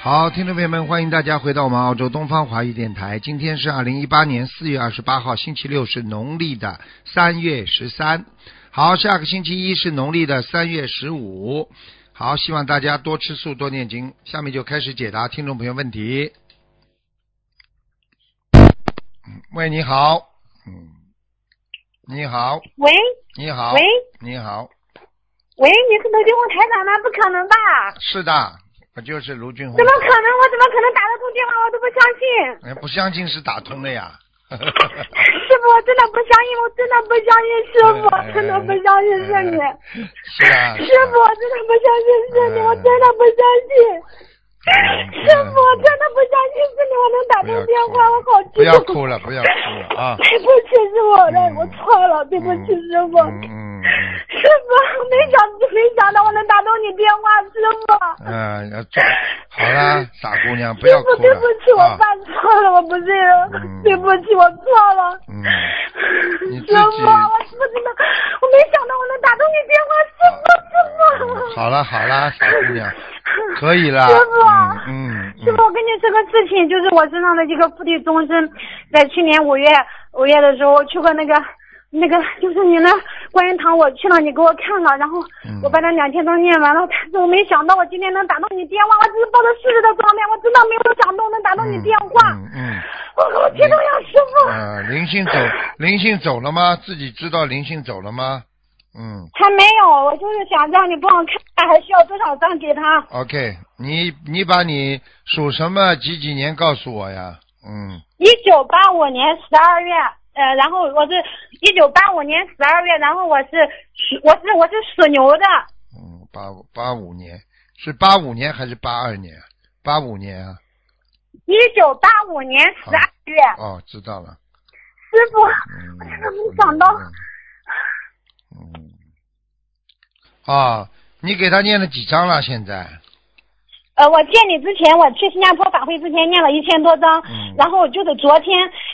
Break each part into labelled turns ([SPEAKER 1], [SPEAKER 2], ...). [SPEAKER 1] 好，听众朋友们，欢迎大家回到我们澳洲东方华语电台。今天是二零一八年四月二十八号，星期六，是农历的三月十三。好，下个星期一是农历的三月十五。好，希望大家多吃素，多念经。下面就开始解答听众朋友问题。嗯喂，你好，嗯，你好，
[SPEAKER 2] 喂
[SPEAKER 1] 你好，
[SPEAKER 2] 喂
[SPEAKER 1] 你好，
[SPEAKER 2] 喂，你是卢俊红台长吗？不可能吧？
[SPEAKER 1] 是的，我就是卢俊宏
[SPEAKER 2] 怎。么可能？我怎么可能打得通电话？我都不相信，
[SPEAKER 1] 哎，不相信是打通了 呀。
[SPEAKER 2] 师傅，我真的不相信，我真的不相信
[SPEAKER 1] 哎
[SPEAKER 2] 师傅，我真的不相信是你，
[SPEAKER 1] 是啊。哎
[SPEAKER 2] 师傅，我真的不相信是你，我真的不相信。
[SPEAKER 1] 嗯
[SPEAKER 2] 师傅，我真的不相信是你，我能打
[SPEAKER 1] 不
[SPEAKER 2] 通
[SPEAKER 1] 要哭
[SPEAKER 2] 电话，我好激
[SPEAKER 1] 嗯
[SPEAKER 2] 动。
[SPEAKER 1] 不要哭了，不要哭了啊！
[SPEAKER 2] 对不起，师傅，
[SPEAKER 1] 嗯
[SPEAKER 2] 我错了，对不起，师傅。
[SPEAKER 1] 嗯嗯
[SPEAKER 2] 师傅，没想没想到我能打通你电话，师傅。
[SPEAKER 1] 嗯，呃要做好 啦，傻姑娘，不要
[SPEAKER 2] 师傅，
[SPEAKER 1] 哭
[SPEAKER 2] 对
[SPEAKER 1] 了。
[SPEAKER 2] 不起，我
[SPEAKER 1] 啊
[SPEAKER 2] 犯错了，我不是，
[SPEAKER 1] 嗯
[SPEAKER 2] 对不起，我错了。
[SPEAKER 1] 嗯你
[SPEAKER 2] 师
[SPEAKER 1] 自己
[SPEAKER 2] 傅，我不知道，我没想到我能打通你电话，
[SPEAKER 1] 嗯
[SPEAKER 2] 师傅，师傅。
[SPEAKER 1] 好了好了，傻姑 娘，可以啦
[SPEAKER 2] 师傅。啊
[SPEAKER 1] 嗯嗯
[SPEAKER 2] 师傅，我跟你说个事情，就是我身上的一个附体终身，在去年五月五月的时候，我去过那个那个，就是你那观音堂，我去了，你给我看了，然后
[SPEAKER 1] 嗯
[SPEAKER 2] 我把那两千张念完了，但是我没想到我今天能打到你电话，我只是抱着试试的状态，我真的没有想到能打到你
[SPEAKER 1] 嗯
[SPEAKER 2] 电话，
[SPEAKER 1] 嗯嗯，
[SPEAKER 2] 我好激动呀，师傅。
[SPEAKER 1] 呃，灵性走，灵性走了吗？自己知道灵性走了吗？嗯
[SPEAKER 2] 还没有，我就是想让你帮我看看还需要多少张给他。
[SPEAKER 1] ，OK，你你把你属什么几几年告诉我呀？嗯，
[SPEAKER 2] 一九八五年十二月，呃，然后我是一九八五年十二月，然后我是属我是我是属牛的，
[SPEAKER 1] 嗯，八五八五年是八五年还是八二年？啊八五年啊，
[SPEAKER 2] 一九八五年十二月。
[SPEAKER 1] 哦，知道了。
[SPEAKER 2] 师傅，
[SPEAKER 1] 嗯，
[SPEAKER 2] 我真的 没想到，
[SPEAKER 1] 嗯。嗯。啊，你给他念了几章了？现在？
[SPEAKER 2] 呃，我见你之前，我去新加坡法会之前念了一千多章，
[SPEAKER 1] 嗯
[SPEAKER 2] 然后就是昨天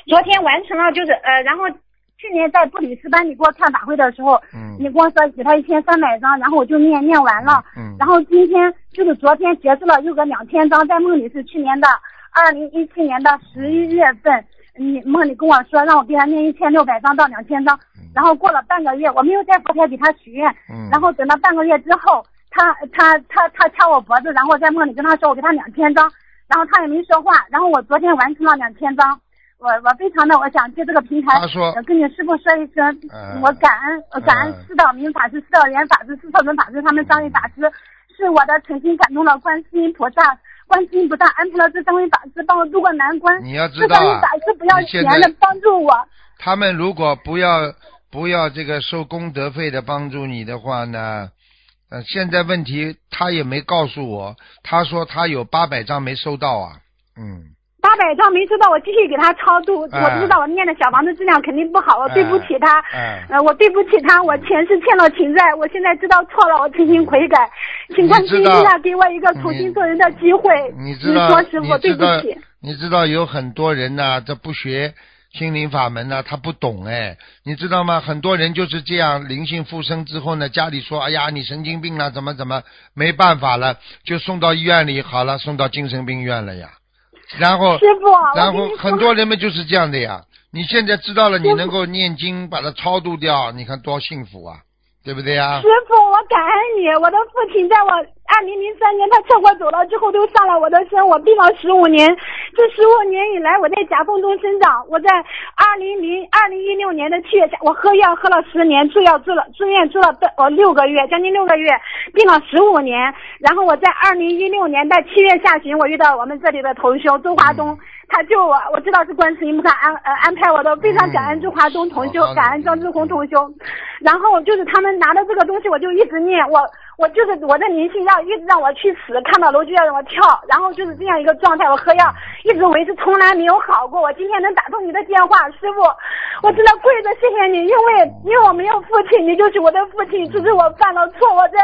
[SPEAKER 2] 昨天完成了，就是呃，然后去年在布里斯班你给我看法会的时候，
[SPEAKER 1] 嗯。
[SPEAKER 2] 你跟我说给他一千三百张，然后我就念念完了。
[SPEAKER 1] 嗯。
[SPEAKER 2] 然后今天就是昨天结束了又个两千张，在梦里是去年的二零一七年的十一月份，你梦里跟我说让我给他念一千六百张到两千张
[SPEAKER 1] 嗯，
[SPEAKER 2] 然后过了半个月我没有在佛台给他许愿，
[SPEAKER 1] 嗯。
[SPEAKER 2] 然后等到半个月之后，他他他他掐我脖子，然后在梦里跟他说我给他两千张，然后他也没说话，然后我昨天完成了两千张。我我非常的，我想借这个平台，
[SPEAKER 1] 他说
[SPEAKER 2] 呃跟你师傅说一声，
[SPEAKER 1] 哦嗯
[SPEAKER 2] 我感恩，我感恩
[SPEAKER 1] 嗯
[SPEAKER 2] 四道明法师、四道莲法师、四道轮法师他们三位法师，是我的诚心感动了观世音菩萨，观世音菩萨安排了这三位法师帮我渡过难关。
[SPEAKER 1] 你要知
[SPEAKER 2] 这
[SPEAKER 1] 道
[SPEAKER 2] 三位
[SPEAKER 1] 啊
[SPEAKER 2] 法师不要
[SPEAKER 1] 你
[SPEAKER 2] 钱
[SPEAKER 1] 现在
[SPEAKER 2] 的帮助我，
[SPEAKER 1] 他们如果不要不要这个收功德费的帮助你的话呢，呃，现在问题他也没告诉我，他说他有八百张没收到啊，嗯，
[SPEAKER 2] 八百张没收到，我继续给他超度。
[SPEAKER 1] 哎
[SPEAKER 2] 我知道我念的小房子质量肯定不好，我
[SPEAKER 1] 嗯
[SPEAKER 2] 对不起他，
[SPEAKER 1] 哎
[SPEAKER 2] 呃，我对不起他，我前世欠了情债，我现在知道错了，我诚心悔改，请观世音菩萨给我一个重新做人的机会。
[SPEAKER 1] 你知道
[SPEAKER 2] 说师傅
[SPEAKER 1] 你
[SPEAKER 2] 对
[SPEAKER 1] 知
[SPEAKER 2] 不
[SPEAKER 1] 道
[SPEAKER 2] 起，
[SPEAKER 1] 你知道有很多人呐、这不学心灵法门呐、他不懂哎，你知道吗？很多人就是这样灵性附身之后呢，家里说哎呀你神经病了，怎么怎么，没办法了，就送到医院里好了，送到精神病院了呀，然后
[SPEAKER 2] 师傅，啊我
[SPEAKER 1] 哦然
[SPEAKER 2] 跟
[SPEAKER 1] 后
[SPEAKER 2] 你
[SPEAKER 1] 很
[SPEAKER 2] 说
[SPEAKER 1] 多人们就是这样的呀。你现在知道了，你能够念经把它超度掉，你看多幸福啊，对不对呀
[SPEAKER 2] 师？傅，我感恩你。我的父亲在我二零零三年他车祸走了之后，都上了我的身，我病了十五年。这十五年以来，我在夹缝中生长。我在二零零二零一六年的七月下，我喝药喝了十年，住药住了住院住了呃六个月，将近六个月，病了十五年。然后我在二零一六年的七月下旬，我遇到我们这里的同修周华
[SPEAKER 1] 嗯
[SPEAKER 2] 东。他救我，我知道是观世音菩萨安呃安排我的，非常感恩周华东同
[SPEAKER 1] 嗯
[SPEAKER 2] 修
[SPEAKER 1] 好好，的
[SPEAKER 2] 感恩张志红同修。然后就是他们拿着这个东西，我就一直念，我我就是我的灵性要一直让我去死，看到楼就要让我跳，然后就是这样一个状态。我喝药一直维持，从来没有好过。我今天能打通你的电话，师傅，我真的跪着谢谢你，因为因为我没有父亲，你就是我的父亲。只是我犯了错，我在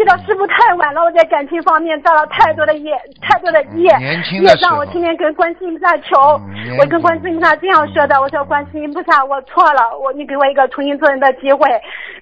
[SPEAKER 2] 遇到师傅太晚了，我在感情方面造了太多的业，太多的业
[SPEAKER 1] 嗯年轻的
[SPEAKER 2] 业
[SPEAKER 1] 时候
[SPEAKER 2] 障。我天天跟观世音菩萨求
[SPEAKER 1] 嗯年轻，
[SPEAKER 2] 我跟观世音菩萨这样说的，我说观世音菩啊萨，我错了，我你给我一个重新做人的机会。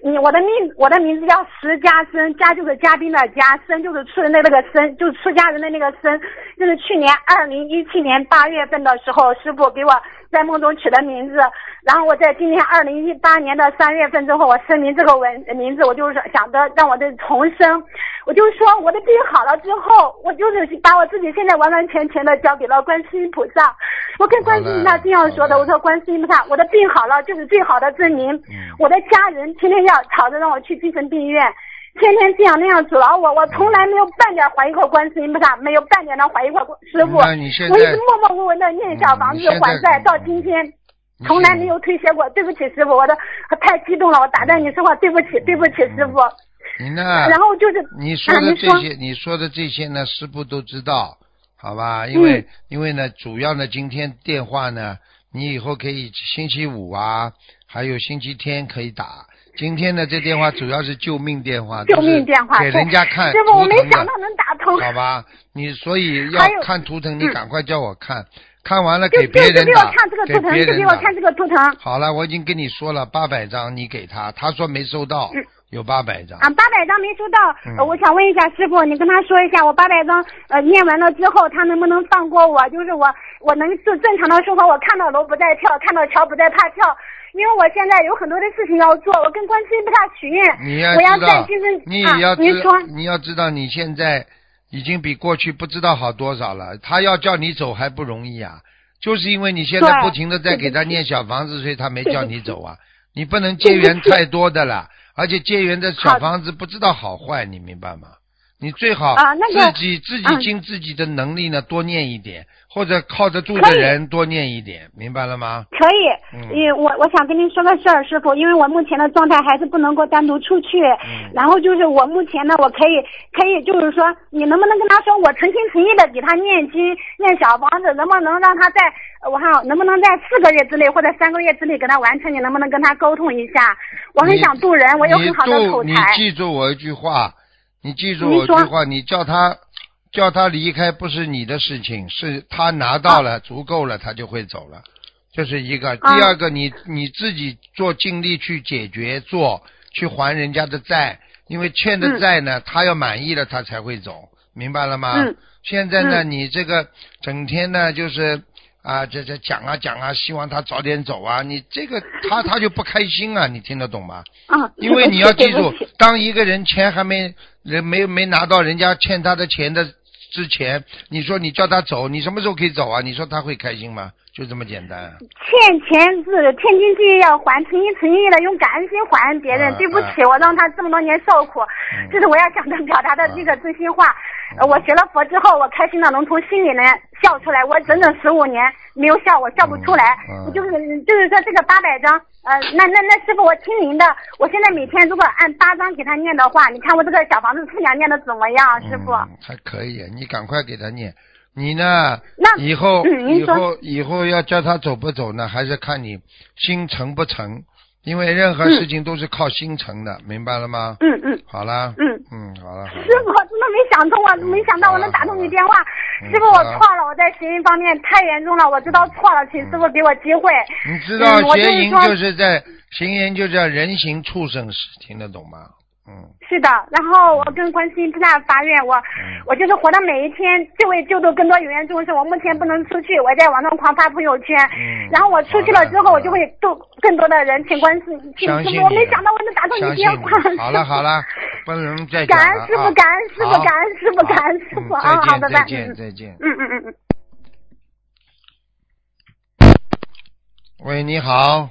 [SPEAKER 2] 你我的命，我的名字叫石家生，家就是嘉宾的家，生就是出人的那个生，就是出家人的那个生。就是去年二零一七年八月份的时候，师傅给我在梦中取的名字，然后我在今年二零一八年的三月份之后，我声明这个文名字，我就是想着让我的重生。我就说我的病好了之后，我就是把我自己现在完完全全的交给了观世音菩萨。我跟观世音菩萨这样说的，
[SPEAKER 1] 好嘞
[SPEAKER 2] 我说观世音菩萨，我的病好了就是最好的证明。
[SPEAKER 1] 嗯
[SPEAKER 2] 我的家人天天要吵着让我去精神病院，天天这样那样阻挠我，我从来没有半点怀疑过观世音菩萨，没有半点的怀疑过师傅。
[SPEAKER 1] 那你现在
[SPEAKER 2] 我一直默默无闻的念小房
[SPEAKER 1] 嗯你
[SPEAKER 2] 子
[SPEAKER 1] 现在
[SPEAKER 2] 还债，到今天。从来没有退学过，对不起师傅，我的我太激动了，我打断你说话，对不起，对不起
[SPEAKER 1] 嗯
[SPEAKER 2] 师傅。
[SPEAKER 1] 你呢？
[SPEAKER 2] 然后就是
[SPEAKER 1] 你说
[SPEAKER 2] 啊
[SPEAKER 1] 的
[SPEAKER 2] 您
[SPEAKER 1] 这
[SPEAKER 2] 说
[SPEAKER 1] 些，你说的这些呢，师傅都知道，好吧？因为、
[SPEAKER 2] 嗯
[SPEAKER 1] 因为呢，主要呢，今天电话呢，你以后可以星期五啊，还有星期天可以打。今天呢，这电话主要是救命电话，
[SPEAKER 2] 救
[SPEAKER 1] 就是
[SPEAKER 2] 命电话
[SPEAKER 1] 给人家看
[SPEAKER 2] 师傅，我
[SPEAKER 1] 哎图
[SPEAKER 2] 没
[SPEAKER 1] 腾的
[SPEAKER 2] 想到能打通，
[SPEAKER 1] 好吧？你所以要
[SPEAKER 2] 还有
[SPEAKER 1] 看图腾，
[SPEAKER 2] 嗯
[SPEAKER 1] 你赶快叫我看，看完了
[SPEAKER 2] 就
[SPEAKER 1] 给别
[SPEAKER 2] 就就
[SPEAKER 1] 人
[SPEAKER 2] 给我
[SPEAKER 1] 打
[SPEAKER 2] 看这个，
[SPEAKER 1] 给
[SPEAKER 2] 图腾，
[SPEAKER 1] 别
[SPEAKER 2] 就
[SPEAKER 1] 人
[SPEAKER 2] 给我
[SPEAKER 1] 打。
[SPEAKER 2] 看这个图腾啊，
[SPEAKER 1] 好了，我已经跟你说了，八百张你给他，他说没收到，
[SPEAKER 2] 嗯
[SPEAKER 1] 有八百张。
[SPEAKER 2] 八百张没收到、
[SPEAKER 1] 嗯
[SPEAKER 2] 呃我想问一下师傅，你跟他说一下，我八百张呃念完了之后，他能不能放过我？就是我我能就正常的生活，我看到楼不再跳，看到桥不再怕跳，因为我现在有很多的事情要做，我跟观世音菩萨许愿，
[SPEAKER 1] 你要
[SPEAKER 2] 我要
[SPEAKER 1] 知道
[SPEAKER 2] 在精神，
[SPEAKER 1] 你
[SPEAKER 2] 啊
[SPEAKER 1] 也要，知
[SPEAKER 2] 您说，
[SPEAKER 1] 你要知道你现在已经比过去不知道好多少了。他要叫你走还不容易啊，就是因为你现在
[SPEAKER 2] 对
[SPEAKER 1] 不停的在给他
[SPEAKER 2] 对不起
[SPEAKER 1] 念小房子，所以他没
[SPEAKER 2] 对不
[SPEAKER 1] 叫
[SPEAKER 2] 起
[SPEAKER 1] 你走啊。你不能结缘太多的啦，而且结缘的
[SPEAKER 2] 好
[SPEAKER 1] 小
[SPEAKER 2] 的
[SPEAKER 1] 房子不知道好坏，你明白吗？你最好
[SPEAKER 2] 啊那个
[SPEAKER 1] 自己、自
[SPEAKER 2] 嗯
[SPEAKER 1] 己尽自己的能力呢，多念一点，或者靠得住的
[SPEAKER 2] 可以哎
[SPEAKER 1] 人多念一点，明白了吗？
[SPEAKER 2] 可以，
[SPEAKER 1] 嗯
[SPEAKER 2] 因为我我想跟您说个事儿，师傅，因为我目前的状态还是不能够单独出去，
[SPEAKER 1] 嗯
[SPEAKER 2] 然后就是我目前呢，我可以可以就是说，你能不能跟他说，我诚心诚意的给他念经念小房子，能不能让他在呃我看能不能在四个月之内或者三个月之内给他完成？你能不能跟他沟通一下？我很
[SPEAKER 1] 你
[SPEAKER 2] 想渡人，我有
[SPEAKER 1] 你
[SPEAKER 2] 很好的
[SPEAKER 1] 住
[SPEAKER 2] 口才
[SPEAKER 1] 你。记住我一句话，你记住
[SPEAKER 2] 您
[SPEAKER 1] 我一句
[SPEAKER 2] 说
[SPEAKER 1] 话，你叫他叫他离开不是你的事情，是他拿到了、足够了，他就会走了。这是一个，第
[SPEAKER 2] 啊
[SPEAKER 1] 二个，你你自己做尽力去解决，做去还人家的债，因为欠的
[SPEAKER 2] 嗯
[SPEAKER 1] 债呢，他要满意了，他才会走，明白了吗？
[SPEAKER 2] 嗯
[SPEAKER 1] 现在呢，
[SPEAKER 2] 嗯
[SPEAKER 1] 你这个整天呢，就是啊，这这讲啊讲啊，希望他早点走啊，你这个他他就不开心啊，你听得懂吗？
[SPEAKER 2] 嗯，
[SPEAKER 1] 因为你要记
[SPEAKER 2] 对不
[SPEAKER 1] 住
[SPEAKER 2] 起，
[SPEAKER 1] 当一个人钱还没人没没拿到人家欠他的钱的之前，你说你叫他走，你什么时候可以走啊？你说他会开心吗？就这么简单啊。
[SPEAKER 2] 欠钱是天经地义要还，诚心诚意的用感恩心还别人。
[SPEAKER 1] 啊
[SPEAKER 2] 对不起，我让他这么多年受苦， 这是我要想的表达的这
[SPEAKER 1] 嗯
[SPEAKER 2] 个真心话。呃我学了佛之后，我开心的能从心里呢笑出来。我整整十五年没有笑，我笑不出来。
[SPEAKER 1] 嗯嗯
[SPEAKER 2] 我就是就是说这个八百张，呃，那那那师傅，我听您的，我现在每天如果按八张给他念的话，你看我这个小房子质量念的怎么样，啊师傅？
[SPEAKER 1] 嗯、还可以，你赶快给他念。你呢？
[SPEAKER 2] 那
[SPEAKER 1] 以后、
[SPEAKER 2] 嗯您
[SPEAKER 1] 以
[SPEAKER 2] 说
[SPEAKER 1] 后以后要叫他走不走呢？还是看你心诚不诚，因为任何事情都是靠心诚的，明白了吗？
[SPEAKER 2] 嗯嗯
[SPEAKER 1] 好啦，
[SPEAKER 2] 嗯。
[SPEAKER 1] 嗯，好了，好了
[SPEAKER 2] 师傅，真的没想通啊！没想到我能打通你电话。
[SPEAKER 1] 嗯
[SPEAKER 2] 师傅，我错了，我在学习方面太严重了，我知道错了，请师傅给我机会。
[SPEAKER 1] 你知道
[SPEAKER 2] 嗯我
[SPEAKER 1] 邪
[SPEAKER 2] 就是
[SPEAKER 1] 淫
[SPEAKER 2] 说
[SPEAKER 1] 就是在行淫就叫人形畜生时，听得懂吗？嗯，
[SPEAKER 2] 是的，然后我跟观世音菩萨发愿，我
[SPEAKER 1] 嗯
[SPEAKER 2] 我就是活的每一天，就为救度更多有缘众生。我目前不能出去，我在网上狂发朋友圈。
[SPEAKER 1] 嗯
[SPEAKER 2] 然后我出去了之后，
[SPEAKER 1] 好的
[SPEAKER 2] 我就会度更多的人，请观世请
[SPEAKER 1] 相
[SPEAKER 2] 师
[SPEAKER 1] 信
[SPEAKER 2] 傅，我
[SPEAKER 1] 你
[SPEAKER 2] 没想到我能打通
[SPEAKER 1] 相
[SPEAKER 2] 你
[SPEAKER 1] 信
[SPEAKER 2] 电话。
[SPEAKER 1] 你。好了好 了，不能再讲
[SPEAKER 2] 感
[SPEAKER 1] 了
[SPEAKER 2] 恩师
[SPEAKER 1] 啊
[SPEAKER 2] 傅，感恩师
[SPEAKER 1] 好
[SPEAKER 2] 傅，感恩师傅，感恩师傅啊！好
[SPEAKER 1] 好嗯
[SPEAKER 2] 的，
[SPEAKER 1] 再
[SPEAKER 2] 拜。
[SPEAKER 1] 见再见再见。
[SPEAKER 2] 嗯嗯嗯嗯。
[SPEAKER 1] 喂，你好。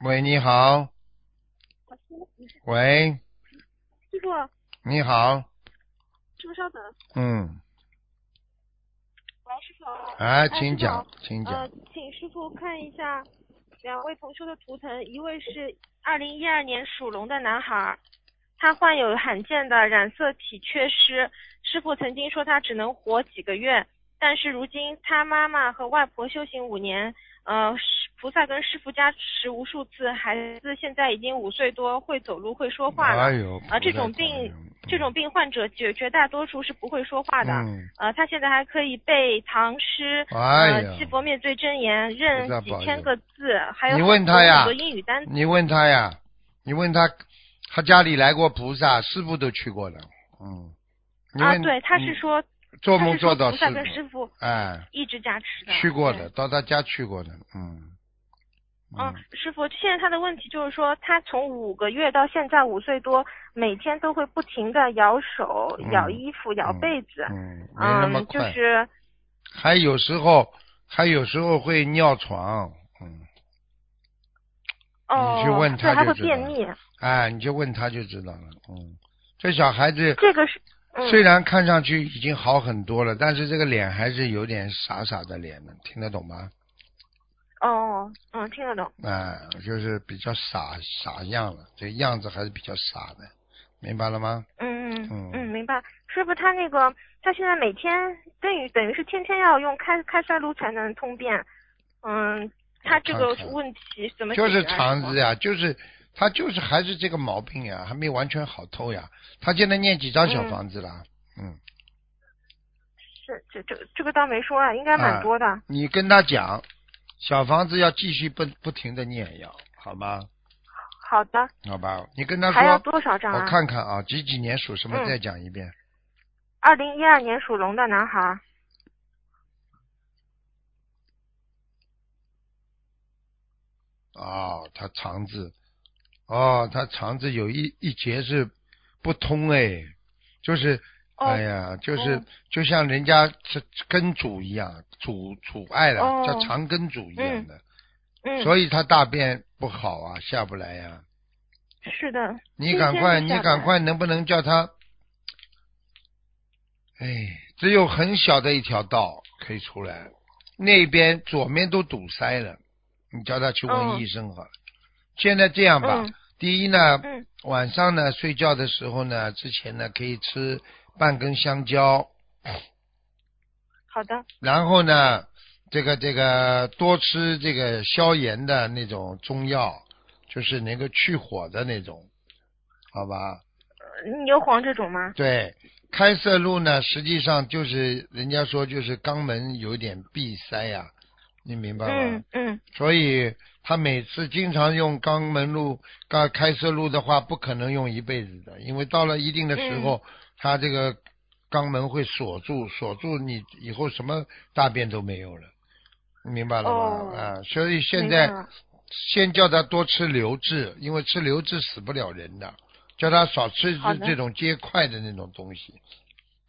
[SPEAKER 1] 喂，你好。喂，
[SPEAKER 3] 师傅，
[SPEAKER 1] 你好。
[SPEAKER 3] 师傅稍等。
[SPEAKER 1] 嗯，
[SPEAKER 3] 喂，师傅。
[SPEAKER 1] 哎，
[SPEAKER 3] 哎
[SPEAKER 1] 请
[SPEAKER 3] 师
[SPEAKER 1] 讲
[SPEAKER 3] 傅，
[SPEAKER 1] 请
[SPEAKER 3] 呃
[SPEAKER 1] 讲。，
[SPEAKER 3] 请师傅看一下两位同修的图腾，一位是二零一二年属龙的男孩，他患有罕见的染色体缺失。师傅曾经说他只能活几个月，但是如今他妈妈和外婆修行五年，呃，是菩萨跟师傅加持无数次，孩子现在已经五岁多，会走路，会说话了。
[SPEAKER 1] 哎呦，
[SPEAKER 3] 啊，这种
[SPEAKER 1] 菩萨保
[SPEAKER 3] 病
[SPEAKER 1] 佑，
[SPEAKER 3] 这种病患者绝绝大多数是不会说话的。
[SPEAKER 1] 嗯，
[SPEAKER 3] 呃，他现在还可以背唐诗，
[SPEAKER 1] 哎呀
[SPEAKER 3] 呃，七佛灭罪真言，认
[SPEAKER 1] 菩萨
[SPEAKER 3] 几
[SPEAKER 1] 保
[SPEAKER 3] 千
[SPEAKER 1] 佑
[SPEAKER 3] 个字，还有
[SPEAKER 1] 你
[SPEAKER 3] 很
[SPEAKER 1] 问
[SPEAKER 3] 多
[SPEAKER 1] 他呀
[SPEAKER 3] 很多英语单词。
[SPEAKER 1] 你问他呀，你问他，他家里来过菩萨，师傅都去过了，嗯，你
[SPEAKER 3] 啊，
[SPEAKER 1] 问
[SPEAKER 3] 对，他是
[SPEAKER 1] 嗯
[SPEAKER 3] 说，
[SPEAKER 1] 做
[SPEAKER 3] 他
[SPEAKER 1] 梦
[SPEAKER 3] 是
[SPEAKER 1] 做
[SPEAKER 3] 说
[SPEAKER 1] 到
[SPEAKER 3] 菩
[SPEAKER 1] 师
[SPEAKER 3] 萨跟师
[SPEAKER 1] 傅，
[SPEAKER 3] 傅
[SPEAKER 1] 哎，
[SPEAKER 3] 一直加持的。
[SPEAKER 1] 去过
[SPEAKER 3] 对
[SPEAKER 1] 的，到他家去过的，嗯，
[SPEAKER 3] 嗯，师傅，现在他的问题就是说，他从五个月到现在五岁多，每天都会不停的咬手、
[SPEAKER 1] 嗯
[SPEAKER 3] 咬衣服、咬被子，
[SPEAKER 1] 嗯，没那
[SPEAKER 3] 嗯，
[SPEAKER 1] 么
[SPEAKER 3] 就
[SPEAKER 1] 快，
[SPEAKER 3] 是
[SPEAKER 1] 还有时候还有时候会尿床，嗯，
[SPEAKER 3] 哦，
[SPEAKER 1] 你去问他
[SPEAKER 3] 对，还
[SPEAKER 1] 就
[SPEAKER 3] 会
[SPEAKER 1] 知道
[SPEAKER 3] 便
[SPEAKER 1] 了
[SPEAKER 3] 秘，
[SPEAKER 1] 哎，你就问他就知道了，嗯，这小孩子
[SPEAKER 3] 这个是，嗯，
[SPEAKER 1] 虽然看上去已经好很多了，但是这个脸还是有点傻傻的脸呢，听得懂吗？
[SPEAKER 3] 哦，嗯，听得懂，
[SPEAKER 1] 啊、就是比较傻傻样了，这样子还是比较傻的，明白了吗？
[SPEAKER 3] 嗯
[SPEAKER 1] 嗯
[SPEAKER 3] 嗯嗯，明白。师傅，他那个他现在每天等于等于是天天要用开开塞露才能通便，嗯，他这
[SPEAKER 1] 我
[SPEAKER 3] 个
[SPEAKER 1] 看看
[SPEAKER 3] 问题怎么解
[SPEAKER 1] 就
[SPEAKER 3] 决
[SPEAKER 1] 是
[SPEAKER 3] 啊
[SPEAKER 1] 肠
[SPEAKER 3] 师傅
[SPEAKER 1] 子呀，就是他就是还是这个毛病呀，还没完全好透呀。他现在念几张小
[SPEAKER 3] 嗯
[SPEAKER 1] 房子啦？嗯，
[SPEAKER 3] 是这这这个倒没说啊，应该
[SPEAKER 1] 啊
[SPEAKER 3] 蛮多的。
[SPEAKER 1] 你跟他讲，小房子要继续不不停的念要，好吗？
[SPEAKER 3] 好的，
[SPEAKER 1] 好吧，你跟他
[SPEAKER 3] 还要
[SPEAKER 1] 说，
[SPEAKER 3] 多少张
[SPEAKER 1] 我
[SPEAKER 3] 啊？
[SPEAKER 1] 看看啊，几几年属什么？
[SPEAKER 3] 嗯
[SPEAKER 1] 再讲一遍。
[SPEAKER 3] 二零一二年属龙的男孩，
[SPEAKER 1] 哦，他肠子，哦，他肠子有一一节是不通哎，就是，
[SPEAKER 3] 哦
[SPEAKER 1] 哎呀，就是、
[SPEAKER 3] 哦
[SPEAKER 1] 就像人家这根阻一样，阻阻碍了，
[SPEAKER 3] 哦
[SPEAKER 1] 叫肠根阻一样的，
[SPEAKER 3] 嗯，
[SPEAKER 1] 所以他大便不好啊，下不来呀、
[SPEAKER 3] 是的，
[SPEAKER 1] 你赶快，
[SPEAKER 3] 今
[SPEAKER 1] 你
[SPEAKER 3] 天就下不来
[SPEAKER 1] 赶快，能不能叫他？哎，只有很小的一条道可以出来，那边左面都堵塞了，你叫他去问
[SPEAKER 3] 嗯
[SPEAKER 1] 医生好了。现在这样吧，
[SPEAKER 3] 嗯
[SPEAKER 1] 第一呢，
[SPEAKER 3] 嗯
[SPEAKER 1] 晚上呢睡觉的时候呢，之前呢可以吃半根香蕉，
[SPEAKER 3] 好的，
[SPEAKER 1] 然后呢，这个这个多吃这个消炎的那种中药，就是能够去火的那种，好吧？
[SPEAKER 3] 呃牛黄这种吗？
[SPEAKER 1] 对，开塞露呢，实际上就是人家说就是肛门有点闭塞呀、你明白吗？
[SPEAKER 3] 嗯嗯，
[SPEAKER 1] 所以他每次经常用肛门露、肛开塞露的话，不可能用一辈子的，因为到了一定的时
[SPEAKER 3] 嗯
[SPEAKER 1] 候，他这个肛门会锁住，锁住你以后什么大便都没有了，你明白了吗？
[SPEAKER 3] 哦
[SPEAKER 1] 啊，所以现
[SPEAKER 3] 明
[SPEAKER 1] 在
[SPEAKER 3] 白了
[SPEAKER 1] 先叫他多吃流质，因为吃流质死不了人的，叫他少吃
[SPEAKER 3] 好
[SPEAKER 1] 这
[SPEAKER 3] 的
[SPEAKER 1] 这种结块的那种东西。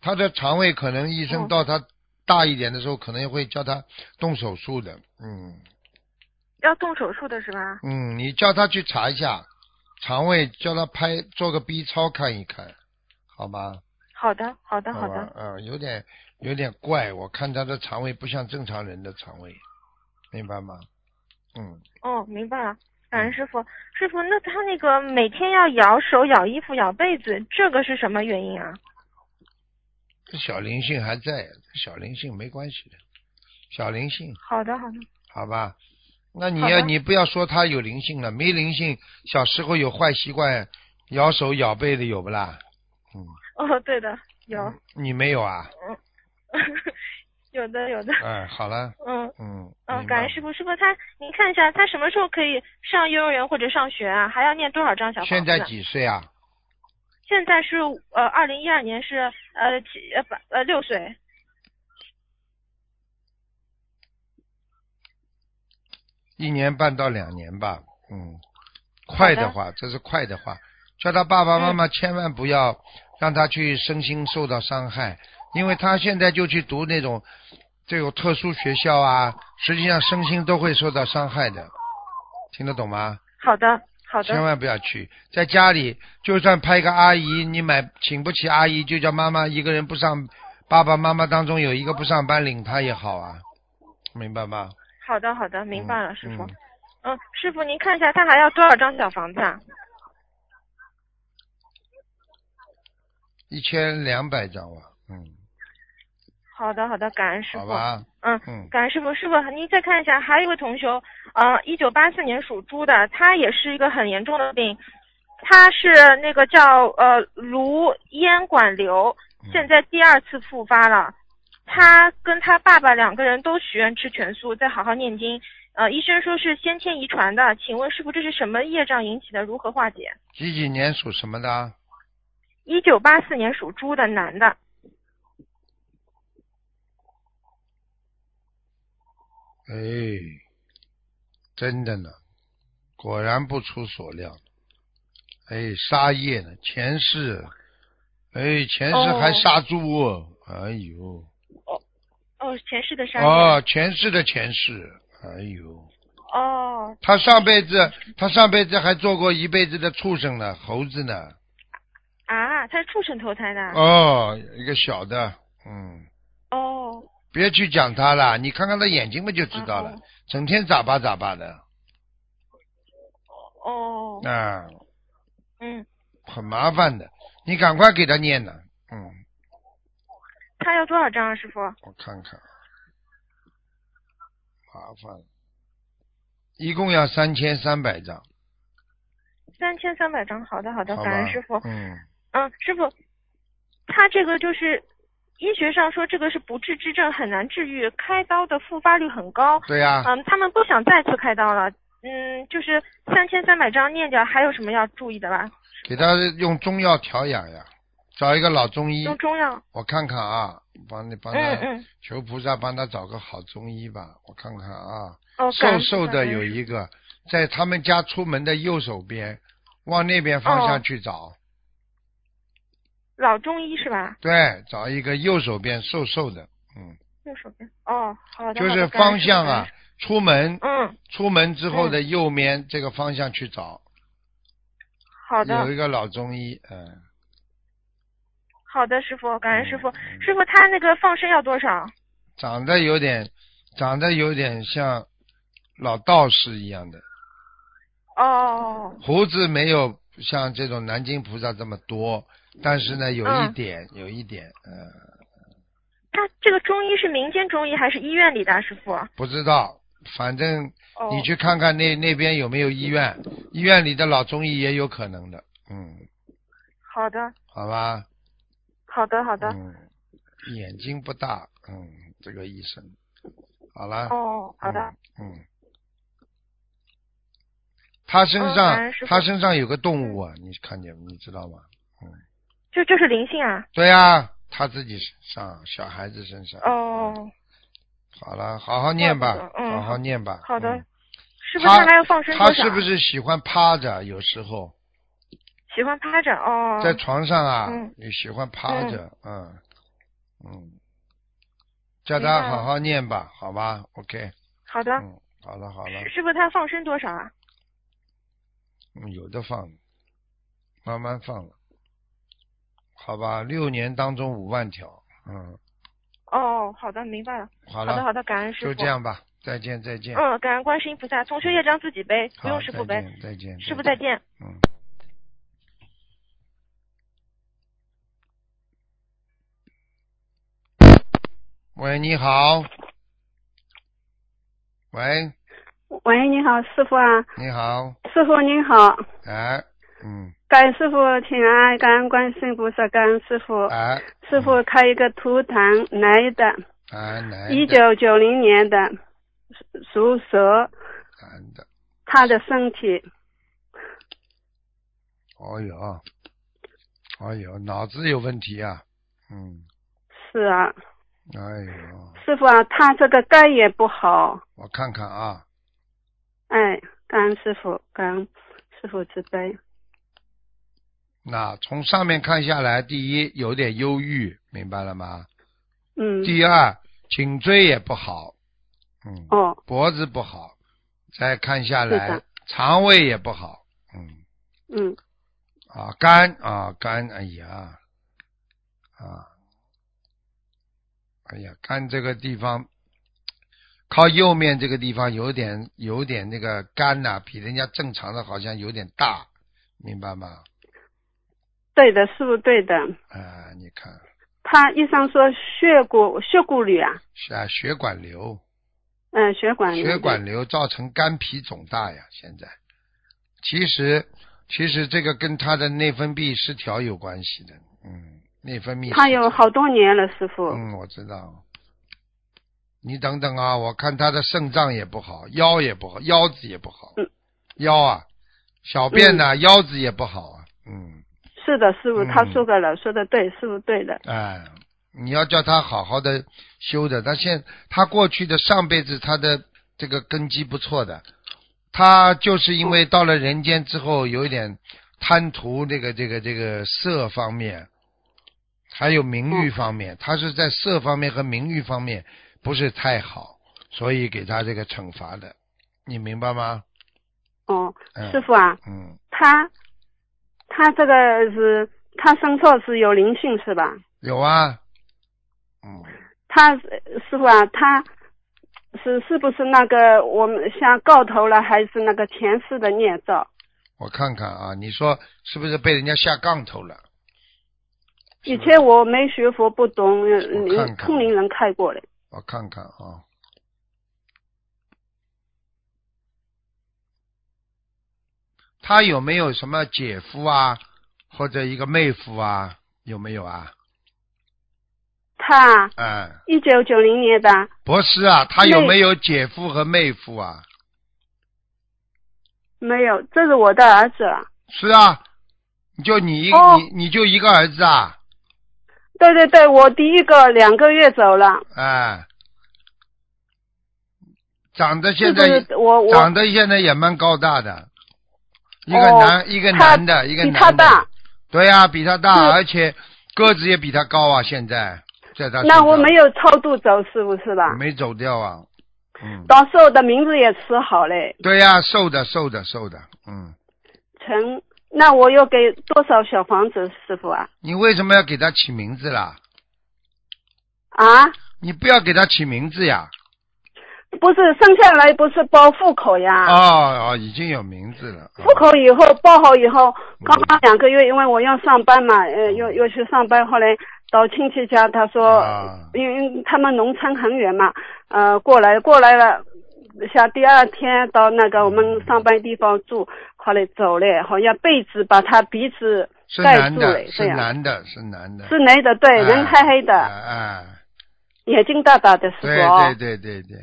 [SPEAKER 1] 他的肠胃可能医生
[SPEAKER 3] 哦
[SPEAKER 1] 到他大一点的时候，可能会叫他动手术的。嗯
[SPEAKER 3] 要动手术的是吧？
[SPEAKER 1] 嗯，你叫他去查一下肠胃，叫他拍做个 B 超看一看，好吗？
[SPEAKER 3] 好的好的好
[SPEAKER 1] 好
[SPEAKER 3] 的
[SPEAKER 1] 吧，，嗯，有点有点怪，我看他的肠胃不像正常人的肠胃，明白吗？嗯，
[SPEAKER 3] 哦，明白了。感恩师傅，师傅，那他那个每天要咬手、咬衣服、咬被子，这个是什么原因啊？
[SPEAKER 1] 这小灵性还在，这小灵性没关系的，小灵性。
[SPEAKER 3] 好的，好的，
[SPEAKER 1] 好吧？那你
[SPEAKER 3] 好
[SPEAKER 1] 要
[SPEAKER 3] 的
[SPEAKER 1] 你不要说他有灵性了，没灵性，小时候有坏习惯，咬手咬背的有不啦？嗯，
[SPEAKER 3] 哦，对的，有，
[SPEAKER 1] 你没有啊？
[SPEAKER 3] 有的，有的，
[SPEAKER 1] 哎，好了，
[SPEAKER 3] 嗯
[SPEAKER 1] 嗯，
[SPEAKER 3] 嗯，
[SPEAKER 1] 明白
[SPEAKER 3] 感恩师傅，师傅他，您看一下他什么时候可以上幼儿园或者上学啊？还要念多少张小房子？
[SPEAKER 1] 现在几岁啊？
[SPEAKER 3] 现在是呃，二零一二年是呃七呃八呃六岁，
[SPEAKER 1] 一年半到两年吧，嗯，快的话，这是快的话，叫他爸爸妈
[SPEAKER 3] 嗯
[SPEAKER 1] 妈千万不要让他去身心受到伤害，因为他现在就去读那种这种特殊学校啊，实际上身心都会受到伤害的，听得懂吗？
[SPEAKER 3] 好的，好
[SPEAKER 1] 千
[SPEAKER 3] 的，
[SPEAKER 1] 万不要去，在家里就算拍个阿姨，你买请不起阿姨，就叫妈妈一个人不上，爸爸妈妈当中有一个不上班领他也好啊，明白吗？
[SPEAKER 3] 好的，好的，明白了，
[SPEAKER 1] 嗯
[SPEAKER 3] 师傅
[SPEAKER 1] 嗯。
[SPEAKER 3] 嗯，师傅您看一下他还要多少张小房子啊？
[SPEAKER 1] 一千两百张吧，嗯，啊
[SPEAKER 3] 好的，好的，感恩师
[SPEAKER 1] 好嗯
[SPEAKER 3] 傅。
[SPEAKER 1] 吧，
[SPEAKER 3] 嗯嗯，
[SPEAKER 1] 嗯，
[SPEAKER 3] 感恩师傅，师傅您再看一下，还有一位同学，呃，一九八四年属猪的，他也是一个很严重的病，他是那个叫呃颅咽管瘤，
[SPEAKER 1] 嗯
[SPEAKER 3] 现在第二次复发了。他跟他爸爸两个人都许愿吃全素，再好好念经。呃，医生说是先天遗传的，请问师傅这是什么业障引起的？如何化解？
[SPEAKER 1] 几几年属什么的？啊
[SPEAKER 3] 一九八四年属猪的男的，
[SPEAKER 1] 哎，真的呢，果然不出所料。哎，杀业呢，前世，哎，前世还
[SPEAKER 3] 哦
[SPEAKER 1] 杀猪，哎呦，
[SPEAKER 3] 哦，前世的杀业。
[SPEAKER 1] 哦，前世的前世，哎呦，
[SPEAKER 3] 哦，
[SPEAKER 1] 他上辈子，他上辈子还做过一辈子的畜生呢，猴子呢，
[SPEAKER 3] 啊，他是畜生投胎的。
[SPEAKER 1] 哦，一个小的，嗯，
[SPEAKER 3] 哦
[SPEAKER 1] 别去讲他了，你看看他眼睛嘛就知道了，
[SPEAKER 3] 嗯
[SPEAKER 1] 整天眨巴眨巴的，
[SPEAKER 3] 哦，
[SPEAKER 1] 啊，
[SPEAKER 3] 嗯，
[SPEAKER 1] 很麻烦的，你赶快给他念呢，嗯。
[SPEAKER 3] 他要多少张啊，师傅？
[SPEAKER 1] 我看看，麻烦了，一共要三千三百张，
[SPEAKER 3] 三千三百张。好的，好的，
[SPEAKER 1] 好
[SPEAKER 3] 感
[SPEAKER 1] 吧
[SPEAKER 3] 恩师傅。
[SPEAKER 1] 嗯，
[SPEAKER 3] 嗯，师傅，他这个就是医学上说这个是不治之症，很难治愈，开刀的复发率很高。
[SPEAKER 1] 对呀、
[SPEAKER 3] 嗯，他们不想再次开刀了。嗯，就是三千三百张念掉，还有什么要注意的吧？
[SPEAKER 1] 给他用中药调养呀，找一个老中医，
[SPEAKER 3] 用中药。
[SPEAKER 1] 我看看啊，帮你帮他、
[SPEAKER 3] 嗯嗯。
[SPEAKER 1] 求菩萨帮他找个好中医吧，我看看啊，
[SPEAKER 3] 哦，感
[SPEAKER 1] 瘦
[SPEAKER 3] 恩
[SPEAKER 1] 瘦
[SPEAKER 3] 菩萨
[SPEAKER 1] 的
[SPEAKER 3] 感恩
[SPEAKER 1] 有一个，在他们家出门的右手边，往那边方向
[SPEAKER 3] 哦
[SPEAKER 1] 去找，
[SPEAKER 3] 老中医是吧？
[SPEAKER 1] 对，找一个右手边瘦瘦的，嗯，
[SPEAKER 3] 右手边。哦，好的。
[SPEAKER 1] 就
[SPEAKER 3] 好
[SPEAKER 1] 是
[SPEAKER 3] 的感
[SPEAKER 1] 方
[SPEAKER 3] 恩师傅
[SPEAKER 1] 向
[SPEAKER 3] 感
[SPEAKER 1] 啊
[SPEAKER 3] 恩师，
[SPEAKER 1] 出门
[SPEAKER 3] 傅嗯，
[SPEAKER 1] 出门之后的右面这个方向去找，
[SPEAKER 3] 好的。
[SPEAKER 1] 有一个老中医，嗯，
[SPEAKER 3] 好的，师傅，感恩师傅
[SPEAKER 1] 嗯。嗯
[SPEAKER 3] 师傅，他那个放生要多少？
[SPEAKER 1] 长得有点，长得有点像老道士一样的，
[SPEAKER 3] 哦，
[SPEAKER 1] 胡子没有像这种南京菩萨这么多，但是呢，有一
[SPEAKER 3] 嗯
[SPEAKER 1] 点，有一点，嗯，
[SPEAKER 3] 他这个中医是民间中医还是医院里的啊师傅？哦，
[SPEAKER 1] 不知道，反正你去看看那那边有没有医院，医院里的老中医也有可能的，嗯，
[SPEAKER 3] 好的，
[SPEAKER 1] 好吧，
[SPEAKER 3] 好的，好的。
[SPEAKER 1] 嗯，眼睛不大，嗯，这个医生，好了。
[SPEAKER 3] 哦，好的。
[SPEAKER 1] 嗯。嗯，他身上、
[SPEAKER 3] 嗯感恩师嗯
[SPEAKER 1] 他
[SPEAKER 3] 父
[SPEAKER 1] 身上有个动物啊，你看见你知道吗？
[SPEAKER 3] 就就是灵性啊。
[SPEAKER 1] 对呀、他自己身上小孩子身上。嗯。
[SPEAKER 3] 哦，
[SPEAKER 1] 好了，好好念
[SPEAKER 3] 怪
[SPEAKER 1] 吧
[SPEAKER 3] 不，得嗯
[SPEAKER 1] 好好念吧。
[SPEAKER 3] 好的
[SPEAKER 1] 嗯。
[SPEAKER 3] 师傅，
[SPEAKER 1] 他
[SPEAKER 3] 他还要放生
[SPEAKER 1] 他
[SPEAKER 3] 多少啊
[SPEAKER 1] 是不是喜欢趴着？有时候
[SPEAKER 3] 喜欢趴着？哦，
[SPEAKER 1] 在床上啊，
[SPEAKER 3] 嗯
[SPEAKER 1] 也喜欢趴着，嗯嗯，叫
[SPEAKER 3] 明白
[SPEAKER 1] 他
[SPEAKER 3] 了
[SPEAKER 1] 好好念
[SPEAKER 3] 嗯
[SPEAKER 1] 吧，好吧？OK，
[SPEAKER 3] 好的。
[SPEAKER 1] 嗯，好了好了
[SPEAKER 3] 师，师傅，他放生多少啊？
[SPEAKER 1] 嗯，有的放了，慢慢放了，好吧，六年当中五万条，嗯，
[SPEAKER 3] 哦，好的，明白了。
[SPEAKER 1] 好
[SPEAKER 3] 好
[SPEAKER 1] 了，
[SPEAKER 3] 的，好的，感恩师
[SPEAKER 1] 就
[SPEAKER 3] 傅。
[SPEAKER 1] 这。样吧，再见，再见，
[SPEAKER 3] 嗯，感恩观世音菩萨，同学业障自己背，不
[SPEAKER 1] 好，
[SPEAKER 3] 用师傅
[SPEAKER 1] 再
[SPEAKER 3] 背。
[SPEAKER 1] 见，再见，
[SPEAKER 3] 师傅再，见。
[SPEAKER 1] 嗯。喂，你好。喂，
[SPEAKER 4] 喂，你好，师傅啊，
[SPEAKER 1] 你好，
[SPEAKER 4] 师傅您好，
[SPEAKER 1] 哎，嗯，
[SPEAKER 4] 感恩师傅请安，感恩观世音菩萨，感恩师傅。
[SPEAKER 1] 哎，
[SPEAKER 4] 师傅开一个图腾，男的，
[SPEAKER 1] 哎，男的，
[SPEAKER 4] 一九九零年的，属蛇，
[SPEAKER 1] 男的，
[SPEAKER 4] 他的身体
[SPEAKER 1] 哦哟，哦哟，脑子有问题啊！嗯，
[SPEAKER 4] 是啊，
[SPEAKER 1] 哎呦，
[SPEAKER 4] 师傅啊，他这个肝也不好，
[SPEAKER 1] 我看看啊，
[SPEAKER 4] 哎，感恩师傅，感恩师傅慈悲，
[SPEAKER 1] 那从上面看下来，第一有点忧郁，明白了吗？
[SPEAKER 4] 嗯，
[SPEAKER 1] 第二，颈椎也不好，嗯，
[SPEAKER 4] 哦，
[SPEAKER 1] 脖子不好，再看下
[SPEAKER 4] 是
[SPEAKER 1] 来
[SPEAKER 4] 的，
[SPEAKER 1] 肠胃也不好，嗯，
[SPEAKER 4] 嗯，
[SPEAKER 1] 啊，肝啊肝，哎呀，啊，哎呀，肝这个地方，靠右面这个地方有点有点那个肝呐、比人家正常的好像有点大，明白吗？
[SPEAKER 4] 对的，师傅对的，
[SPEAKER 1] 啊，你看，
[SPEAKER 4] 他医生说血骨血骨瘤啊，
[SPEAKER 1] 是啊，血管瘤，
[SPEAKER 4] 嗯、血管瘤
[SPEAKER 1] 血管瘤造成肝脾肿大呀。现在，其实其实这个跟他的内分泌失调有关系的，嗯，内分泌
[SPEAKER 4] 他
[SPEAKER 1] 失
[SPEAKER 4] 有
[SPEAKER 1] 调
[SPEAKER 4] 好多年了，师傅。
[SPEAKER 1] 嗯，我知道。你等等啊，我看他的肾脏也不好，腰也不好，腰子也不好，
[SPEAKER 4] 嗯
[SPEAKER 1] 腰啊，小便呐、腰子也不好啊，嗯，
[SPEAKER 4] 是的，师傅，
[SPEAKER 1] 嗯
[SPEAKER 4] 他说过了，说的对，师傅对的。
[SPEAKER 1] 哎，你要叫他好好的修的。他现他过去的上辈子他的这个根基不错的，他就是因为到了人间之后有一点贪图这个这个这个色方面，还有名誉方面，他是在色方面和名誉方面不是太好，所以给他这个惩罚的，你明白吗？
[SPEAKER 4] 哦，
[SPEAKER 1] 嗯
[SPEAKER 4] 师傅啊，
[SPEAKER 1] 嗯，
[SPEAKER 4] 他他这个是他身上是有灵性是吧？
[SPEAKER 1] 有啊，嗯，
[SPEAKER 4] 他呃师傅啊，他是是不是那个我们像告头了，还是那个前世的孽障？
[SPEAKER 1] 我看看啊，你说是不是被人家下杠头了？是
[SPEAKER 4] 以
[SPEAKER 1] 的
[SPEAKER 4] 前我没学佛，不懂，呃
[SPEAKER 1] 我看看
[SPEAKER 4] 通灵人看过了。
[SPEAKER 1] 我看看啊。他有没有什么姐夫啊，或者一个妹夫啊？有没有啊？
[SPEAKER 4] 他
[SPEAKER 1] 哎、
[SPEAKER 4] 一九九零年的，
[SPEAKER 1] 博士啊，他有
[SPEAKER 4] 妹
[SPEAKER 1] 没有姐夫和妹夫啊？
[SPEAKER 4] 没有，这是我的儿子啊。
[SPEAKER 1] 是啊，就你一、
[SPEAKER 4] 哦
[SPEAKER 1] 你你就一个儿子啊？
[SPEAKER 4] 对对对，我第一个两个月走了，
[SPEAKER 1] 哎、长得
[SPEAKER 4] 是
[SPEAKER 1] 现
[SPEAKER 4] 不
[SPEAKER 1] 在
[SPEAKER 4] 是我我
[SPEAKER 1] 长得现在也蛮高大的，一个
[SPEAKER 4] 哦
[SPEAKER 1] 男、一个
[SPEAKER 4] 他
[SPEAKER 1] 男的，一个
[SPEAKER 4] 比
[SPEAKER 1] 男的。
[SPEAKER 4] 他大？
[SPEAKER 1] 对呀、比他大，
[SPEAKER 4] 是
[SPEAKER 1] 而且个子也比他高啊。现在在他
[SPEAKER 4] 那我
[SPEAKER 1] 身上
[SPEAKER 4] 没有超度走，是不是吧？
[SPEAKER 1] 没走掉啊。嗯，
[SPEAKER 4] 到时候的名字也吃好嘞，
[SPEAKER 1] 对呀、瘦的瘦的瘦的。嗯，
[SPEAKER 4] 成。那我要给多少小房子，师傅啊？
[SPEAKER 1] 你为什么要给他起名字啦？
[SPEAKER 4] 啊，
[SPEAKER 1] 你不要给他起名字呀。
[SPEAKER 4] 不是生下来不是报户口呀？
[SPEAKER 1] 哦哦，已经有名字了。哦
[SPEAKER 4] 户口以后报好以
[SPEAKER 1] 嗯
[SPEAKER 4] 后，刚刚两个月，因为我要上班嘛，呃，要要去上班，后来到亲戚家，他说，
[SPEAKER 1] 啊
[SPEAKER 4] 因为他们农村很远嘛，呃，过来过来了，下第二天到那个我们上班地方住，后来走嘞，好像被子把他鼻子
[SPEAKER 1] 是
[SPEAKER 4] 盖
[SPEAKER 1] 男
[SPEAKER 4] 住
[SPEAKER 1] 的
[SPEAKER 4] 嘞，，
[SPEAKER 1] 是
[SPEAKER 4] 这样
[SPEAKER 1] 男的，是男的。
[SPEAKER 4] 是男的，对，
[SPEAKER 1] 哎
[SPEAKER 4] 人黑黑的，
[SPEAKER 1] 哎哎，
[SPEAKER 4] 眼睛大大的，师
[SPEAKER 1] 对
[SPEAKER 4] 傅哦
[SPEAKER 1] 对对对对，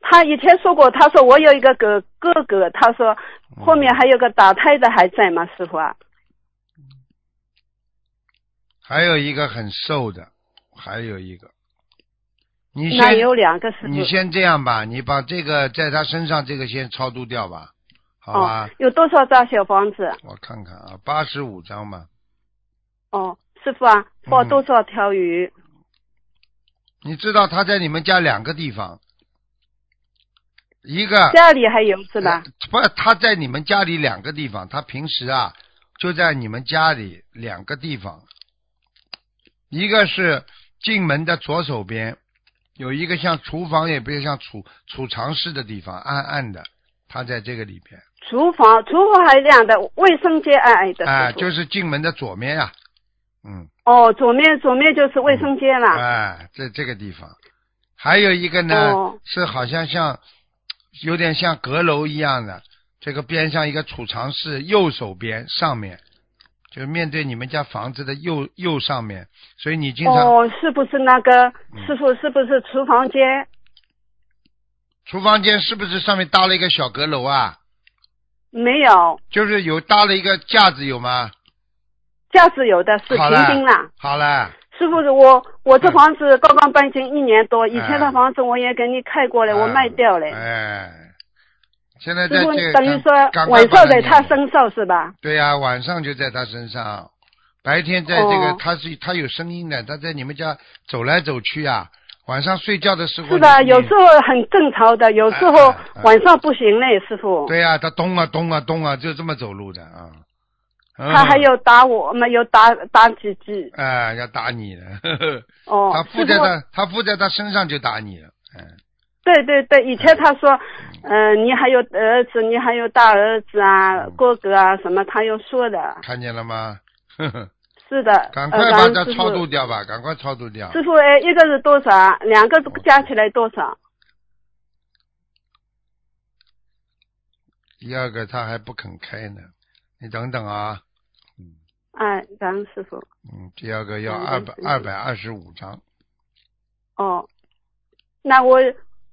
[SPEAKER 4] 他以前说过，他说我有一个哥哥哥，他说
[SPEAKER 1] 嗯
[SPEAKER 4] 后面还有个打胎的还在吗，师傅啊？
[SPEAKER 1] 还有一个很瘦的，还有一个。你
[SPEAKER 4] 那
[SPEAKER 1] 先
[SPEAKER 4] 有两个师 傅。
[SPEAKER 1] 你先这样吧，你把这个在他身上这个先超度掉吧，好吧？
[SPEAKER 4] 哦，有多少张小房子？
[SPEAKER 1] 我看看啊，八十五张吧。
[SPEAKER 4] 哦，师傅啊，
[SPEAKER 1] 嗯
[SPEAKER 4] 抱多少条鱼？
[SPEAKER 1] 你知道他在你们家两个地方，一个
[SPEAKER 4] 家里还有是吧？
[SPEAKER 1] 呃不，他在你们家里两个地方，他平时啊就在你们家里两个地方，一个是进门的左手边，有一个像厨房，也不是像储储藏室的地方，暗暗的，他在这个里边。
[SPEAKER 4] 厨房，厨房还亮的，卫生间暗暗的。
[SPEAKER 1] 啊、
[SPEAKER 4] 师傅
[SPEAKER 1] 就是进门的左面啊，嗯，
[SPEAKER 4] 哦，左面左面就是卫生间
[SPEAKER 1] 哎、
[SPEAKER 4] 啦。
[SPEAKER 1] 这这个地方，还有一个呢、
[SPEAKER 4] 哦
[SPEAKER 1] 是好像像有点像阁楼一样的，这个边上一个储藏室，右手边上面，就是面对你们家房子的右右上面，所以你经常、
[SPEAKER 4] 哦，是不是那个
[SPEAKER 1] 嗯
[SPEAKER 4] 师傅？是不是厨房间？
[SPEAKER 1] 厨房间是不是上面搭了一个小阁楼啊？
[SPEAKER 4] 没有，
[SPEAKER 1] 就是有搭了一个架子有吗？
[SPEAKER 4] 架子有的是
[SPEAKER 1] 好
[SPEAKER 4] 平
[SPEAKER 1] 了
[SPEAKER 4] 顶啦。
[SPEAKER 1] 好了，
[SPEAKER 4] 师傅，我我这房子刚刚搬进一年多，以前
[SPEAKER 1] 哎
[SPEAKER 4] 的房子我也给你看过了，我
[SPEAKER 1] 啊
[SPEAKER 4] 卖掉了。
[SPEAKER 1] 哎，现在在
[SPEAKER 4] 师傅
[SPEAKER 1] 哎这，
[SPEAKER 4] 等于说
[SPEAKER 1] 赶赶快
[SPEAKER 4] 晚
[SPEAKER 1] 把
[SPEAKER 4] 上
[SPEAKER 1] 它
[SPEAKER 4] 在他
[SPEAKER 1] 念了
[SPEAKER 4] 身上是吧？
[SPEAKER 1] 对呀、晚上就在他身上，白天在这个、
[SPEAKER 4] 哦
[SPEAKER 1] 他是他有声音的，他在你们家走来走去啊。晚上睡觉的时候
[SPEAKER 4] 是的，
[SPEAKER 1] 你
[SPEAKER 4] 有时候很正常的，有时候
[SPEAKER 1] 哎哎哎
[SPEAKER 4] 晚上不行嘞，师傅。
[SPEAKER 1] 对呀、他咚啊咚啊咚啊，就这么走路的啊。嗯
[SPEAKER 4] 他还有打我，没有打打几句。
[SPEAKER 1] 哎、要打你的，呵呵
[SPEAKER 4] 哦
[SPEAKER 1] 他，
[SPEAKER 4] 师
[SPEAKER 1] 附在
[SPEAKER 4] 傅，
[SPEAKER 1] 他他附在他身上就打你了，嗯，
[SPEAKER 4] 对对对，以前他说，嗯、你还有儿子，你还有大儿子啊
[SPEAKER 1] 嗯，
[SPEAKER 4] 哥哥啊什么，他又说的。
[SPEAKER 1] 看见了吗？呵呵
[SPEAKER 4] 是 的，呃
[SPEAKER 1] 赶快把它
[SPEAKER 4] 它
[SPEAKER 1] 超度掉吧，赶快超度掉。
[SPEAKER 4] 师傅，哎，一个是多少？两个加起来多少？
[SPEAKER 1] 第二个他还不肯开呢，你等等啊，
[SPEAKER 4] 哎，感恩师傅。
[SPEAKER 1] 嗯，第二个要
[SPEAKER 4] 嗯
[SPEAKER 1] 二百
[SPEAKER 4] 嗯
[SPEAKER 1] 二百二十五张，
[SPEAKER 4] 哦，那我